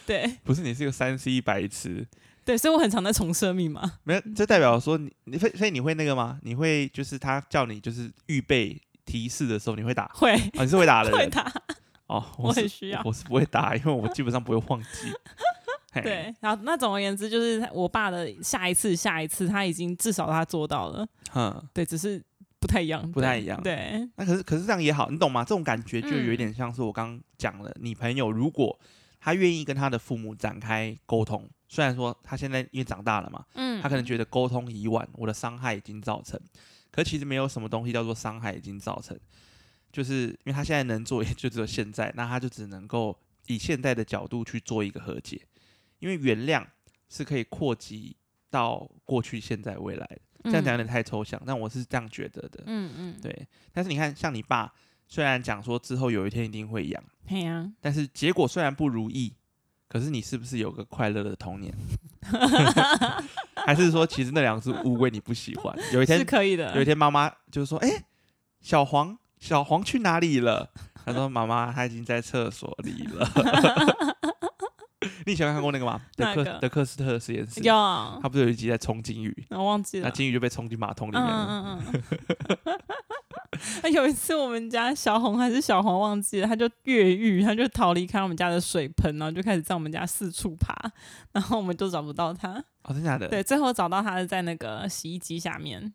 S2: 对
S1: 不是，你是一个三 C 白痴。
S2: 对，所以我很常在重设密码。
S1: 没有，这代表说你你会，所以你会那个吗？你会就是他叫你就是预备提示的时候，你会打啊、
S2: 会
S1: 你是会打的
S2: 会
S1: 人
S2: 打，
S1: 哦。
S2: 我
S1: 我是
S2: 很需要。
S1: 我是不会打，因为我基本上不会忘 记。嘿，
S2: 对，然后那总而言之，就是我爸的下一次，下一次他已经至少他做到了，
S1: 嗯，
S2: 对，只是不太一样，
S1: 不太一样
S2: 对，
S1: 那可是可是这样也好，你懂吗？这种感觉就有一点像是我刚刚讲的，你朋友如果他愿意跟他的父母展开沟通，虽然说他现在因为长大了嘛，
S2: 嗯，
S1: 他可能觉得沟通已晚，我的伤害已经造成。可其实没有什么东西叫做伤害已经造成，就是因为他现在能做也就只有现在，那他就只能够以现在的角度去做一个和解，因为原谅是可以扩及到过去、现在、未来的。这样讲有点太抽象，但我是这样觉得的。
S2: 嗯，嗯嗯，
S1: 对，但是你看，像你爸虽然讲说之后有一天一定会养，
S2: 嘿呀、
S1: 但是结果虽然不如意，可是你是不是有个快乐的童年？ 还是说，其实那两只乌龟你不喜欢？有一
S2: 是
S1: 天，
S2: 可以
S1: 有一
S2: 的，
S1: 天妈妈就说：“哎、小黄，小黄去哪里了？”他说：“妈妈，他已经在厕所里了。” 你以前有看过那个吗？德
S2: 哪
S1: 克
S2: 个
S1: 德克斯特的实验室，
S2: 有，
S1: 他不是有一集在冲金鱼，
S2: 我忘记
S1: 那
S2: 了。
S1: 金鱼就被冲进马桶里面了。
S2: 嗯嗯 嗯，有一次我们家小红还是小黄忘记了，他就越狱，他就逃离开我们家的水盆，然后就开始在我们家四处爬，然后我们就找不到他。
S1: 哦，真的假的？
S2: 对，最后找到他是在那个洗衣机下面。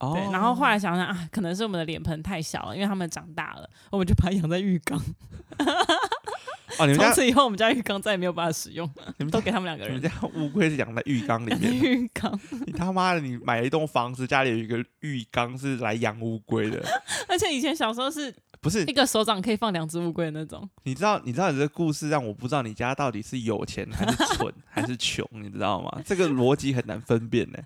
S1: 哦，
S2: 对，然后后来想想啊，可能是我们的脸盆太小了，因为他们长大了，我们就把它养在浴缸。
S1: 哦，你们
S2: 从
S1: 家
S2: 此以后，我们家浴缸再也没有办法使用，
S1: 你们
S2: 都
S1: 家
S2: 给他们两个
S1: 你们
S2: 人
S1: 家 乌龟是养在浴缸里
S2: 养在
S1: 面 的。
S2: 浴缸。
S1: 你他妈的，你买了一栋房子，家里有一个浴缸是来养乌龟的，
S2: 而且以前小时候是
S1: 不是
S2: 一？个手掌可以放两只乌龟的那种。
S1: 你知道，你知道你这个故事让我不知道你家到底是有钱还是蠢还是穷，你知道吗？这个逻辑很难分辨呢。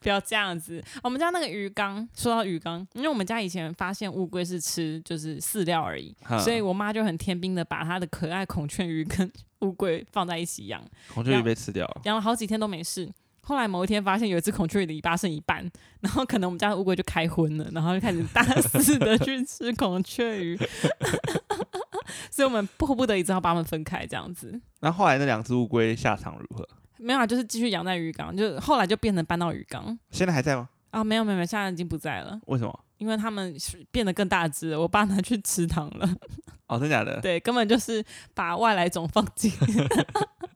S2: 不要这样子。我们家那个鱼缸，说到鱼缸，因为我们家以前发现乌龟是吃就是饲料而已，
S1: 哈
S2: 所以我妈就很天兵的把她的可爱孔雀鱼跟乌龟放在一起养，
S1: 孔雀鱼被吃掉了，
S2: 养了好几天都没事。后来某一天发现有一只孔雀鱼的尾巴剩一半，然后可能我们家的乌龟就开荤了，然后就开始大 肆的去吃孔雀鱼， 所以我们迫不得已只好把它们分开这样子。
S1: 那后来那两只乌龟下场如何？
S2: 没有啊，就是继续养在鱼缸，就后来就变成搬到鱼缸
S1: 现在还在吗？
S2: 啊，没有没有，没有现在已经不在了。
S1: 为什么？
S2: 因为他们是变得更大只了，我爸拿去池塘了，
S1: 哦，真假的？
S2: 对，根本就是把外来种放进，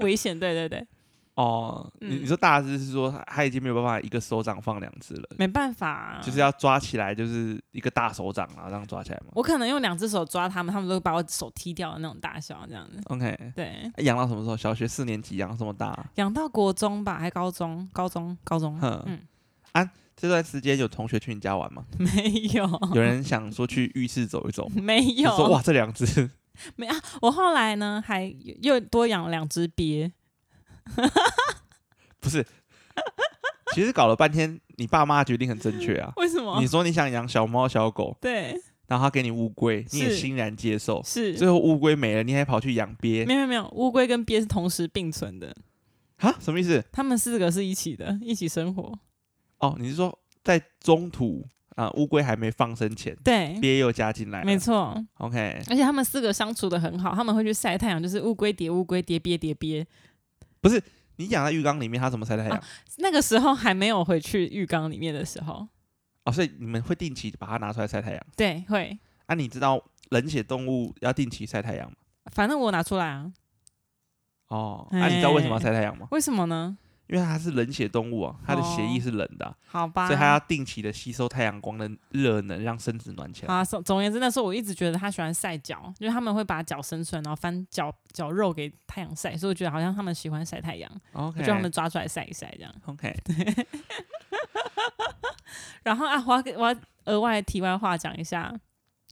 S2: 危险，对对对，
S1: 哦，你
S2: 嗯
S1: 你说大只是说它已经没有办法一个手掌放两只了，
S2: 没办法、啊，
S1: 就是要抓起来就是一个大手掌，然后这样抓起来嘛。
S2: 我可能用两只手抓他们，他们都把我手踢掉的那种大小，这样子，
S1: OK，
S2: 对，
S1: 养到什么时候？小学四年级养到这么大、
S2: 养到国中吧，还高中，高中，高 中，
S1: 哼啊
S2: 嗯，
S1: 这段时间有同学去你家玩 吗？
S2: 没有。
S1: 有人想说去浴室走一走，
S2: 没
S1: 就说
S2: 有
S1: 哇，，这两只
S2: 没啊！我后来呢，还又多养了两只鳖，
S1: 不是。其实搞了半天，你爸妈决定很正确啊。
S2: 为什么
S1: 你？说你想养小猫小狗，
S2: 对，
S1: 然后他给你乌龟，你也
S2: 是
S1: 欣然接受。
S2: 是
S1: 最后乌龟没了，你还跑去养鳖
S2: 没，有没有没有，乌龟跟鳖是同时并存的，
S1: 哈？什么意思？
S2: 他们四个是一起的，一起生活。
S1: 哦，你是说在中途啊、乌龟还没放生前，
S2: 对，
S1: 鳖又加进来了？
S2: 没错。
S1: OK，
S2: 而且他们四个相处的很好，他们会去晒太阳，就是乌龟叠乌龟叠鳖叠鳖。
S1: 你养在浴缸里面，它怎么晒太阳？
S2: 那个时候还没有回去浴缸里面的时候，
S1: 哦，所以你们会定期把它拿出来晒太阳。
S2: 对，会，
S1: 啊，你知道冷血动物要定期晒太阳吗？
S2: 反正我拿出来啊。
S1: 哦，那、你知道为什
S2: 哎
S1: 么要晒太阳吗？
S2: 为什么呢？
S1: 因为它是冷血动物啊，它的血液
S2: 哦
S1: 是冷的啊、
S2: 好吧，
S1: 所以它要定期的吸收太阳光的热能，让身子暖起来。
S2: 好啊。总总而言之，那时候我一直觉得他喜欢晒脚，因为他们会把脚伸出来，然后翻脚脚肉给太阳晒，所以我觉得好像他们喜欢晒太阳，我
S1: OK，
S2: 就让他们抓出来晒一晒这样。
S1: OK，
S2: 然后啊，我要跟我要额外题外话讲一下，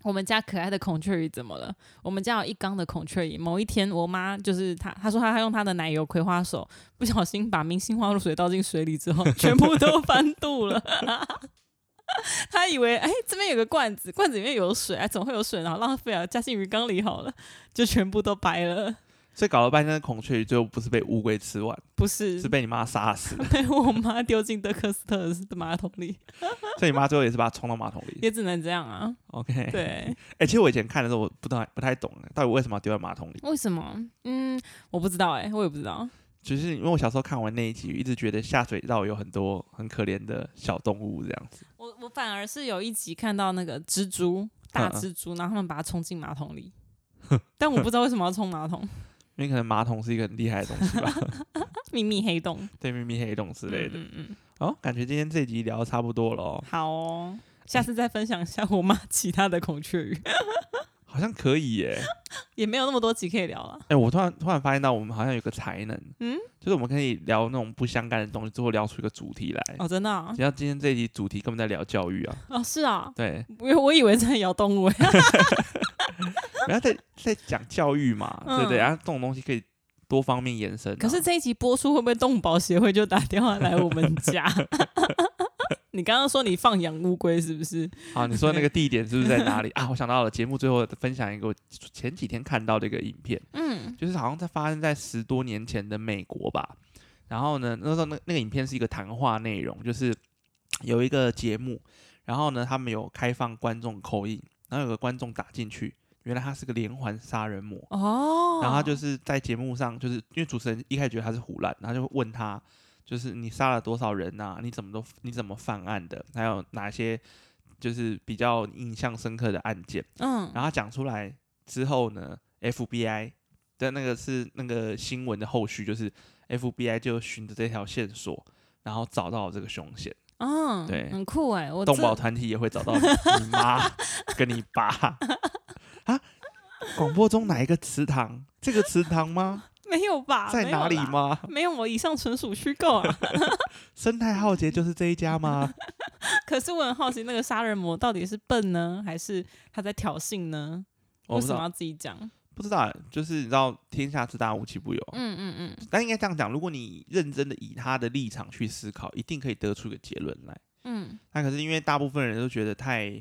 S2: 我们家可爱的孔雀鱼怎么了？我们家有一缸的孔雀鱼。某一天，我妈就是她，她说她用她的奶油葵花手不小心把明星花露水倒进水里之后， 全部都翻肚了。 她以为哎、这边有个罐子，罐子里面有水，哎，怎么会有水？然后浪费啊，加进鱼缸里好了，就全部都白了。
S1: 所以搞了半天，孔雀鱼最后不是被乌龟吃完，
S2: 不是，
S1: 是被你妈杀死的。
S2: 被 我妈丢进德克斯特的马桶里，
S1: 所以你妈最后也是把它冲到马桶里。
S2: 也只能这样啊。
S1: OK，哎、
S2: 对，
S1: 其实我以前看的时候，我不太不太懂到底为什么要丢在马桶里，
S2: 为什么？嗯，我不知道哎、我也不知道。
S1: 只是因为我小时候看完那一集，一直觉得下水道有很多很可怜的小动物这样子。
S2: 我我反而是有一集看到那个蜘蛛大蜘蛛，然后他们把它冲进马桶 里，但我不知道为什么要冲马桶，
S1: 因为可能马桶是一个很厉害的东西吧，
S2: 秘密黑洞
S1: 对秘密黑洞之类的。
S2: 嗯嗯
S1: 哦，感觉今天这集聊得差不多了、哦
S2: 嗯，，好哦，下次再分享一下我妈其他的孔雀鱼，
S1: 好像可以耶。
S2: 也没有那么多集可以聊了。
S1: 哎、我突然突然发现到我们好像有个才能，
S2: 嗯
S1: 就是我们可以聊那种不相干的东西，最后聊出一个主题来。
S2: 哦，真的 啊、
S1: 只要今天这一集主题根本在聊教 育啊，
S2: 哦，是啊，
S1: 对，
S2: 我我以为在摇动物欸，
S1: 然后在在讲教育嘛，
S2: 嗯
S1: 对不对？然后这种东西可以多方面延伸啊、
S2: 可是这一集播出会不会动物保协会就打电话来我们 家？你刚刚说你放养乌龟是不是？
S1: 好，啊你说那个地点是不是在哪里啊？我想到了，节目最后分享一个我前几天看到的一个影片，
S2: 嗯
S1: 就是好像在发生在十多年前的美国吧。然后呢，那时候那那个影片是一个谈话内容，就是有一个节目，然后呢，他们有开放观众口音，然后有个观众打进去，原来他是个连环杀人魔，
S2: 哦，
S1: 然后他就是在节目上，就是因为主持人一开始觉得他是胡乱，然后就问他，就是你杀了多少人呐、你怎么都你怎么犯案的？还有哪些就是比较印象深刻的案件？
S2: 嗯
S1: 然后他讲出来之后呢，FBI 的那个是那个新闻的后续，就是 FBI 就循着这条线索，然后找到了这个凶险。
S2: 嗯，
S1: 对
S2: 很酷哎，我
S1: 动
S2: 这
S1: 保团体也会找到你 你妈跟你爸 啊。广播中哪一个祠堂？这个祠堂吗？
S2: 没有吧？
S1: 在
S2: 没有
S1: 哪里
S2: 啦？
S1: 吗？
S2: 啊没有，我以上纯属虚构啊。
S1: 生态浩劫就是这一家吗？
S2: 可是我很好奇，那个杀人魔到底是笨呢，还是他在挑衅呢？
S1: 我不
S2: 为
S1: 知
S2: 什么
S1: 道，
S2: 要自己讲？
S1: 不知道，就是你知道天下之大无奇不有。
S2: 嗯嗯嗯
S1: 但应该这样讲，如果你认真的以他的立场去思考，一定可以得出一个结论来。
S2: 嗯。
S1: 那可是因为大部分人都觉得太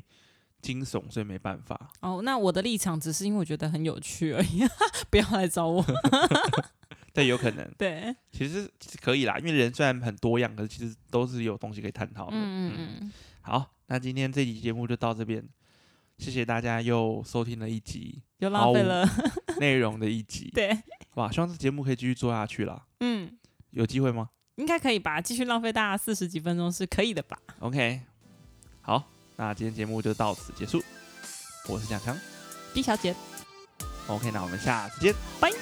S1: 惊悚，所以没办法。
S2: 哦，那我的立场只是因为我觉得很有趣而已， 不要来找我。
S1: 对，有可能，
S2: 对，
S1: 其实其实可以啦，因为人虽然很多样，可是其实都是有东西可以探讨的。
S2: 嗯嗯嗯，
S1: 好，那今天这期节目就到这边，谢谢大家又收听了一集
S2: 又浪费
S1: 好
S2: 了。
S1: 内容的一集，
S2: 对，
S1: 哇，希望这节目可以继续做下去啦。
S2: 嗯，
S1: 有机会吗？
S2: 应该可以吧？继续浪费大家四十几分钟是可以的吧？
S1: OK，好，那今天节目就到此结束。我是蒋强
S2: 毕小姐，
S1: ，OK，那我们下次见，
S2: 拜。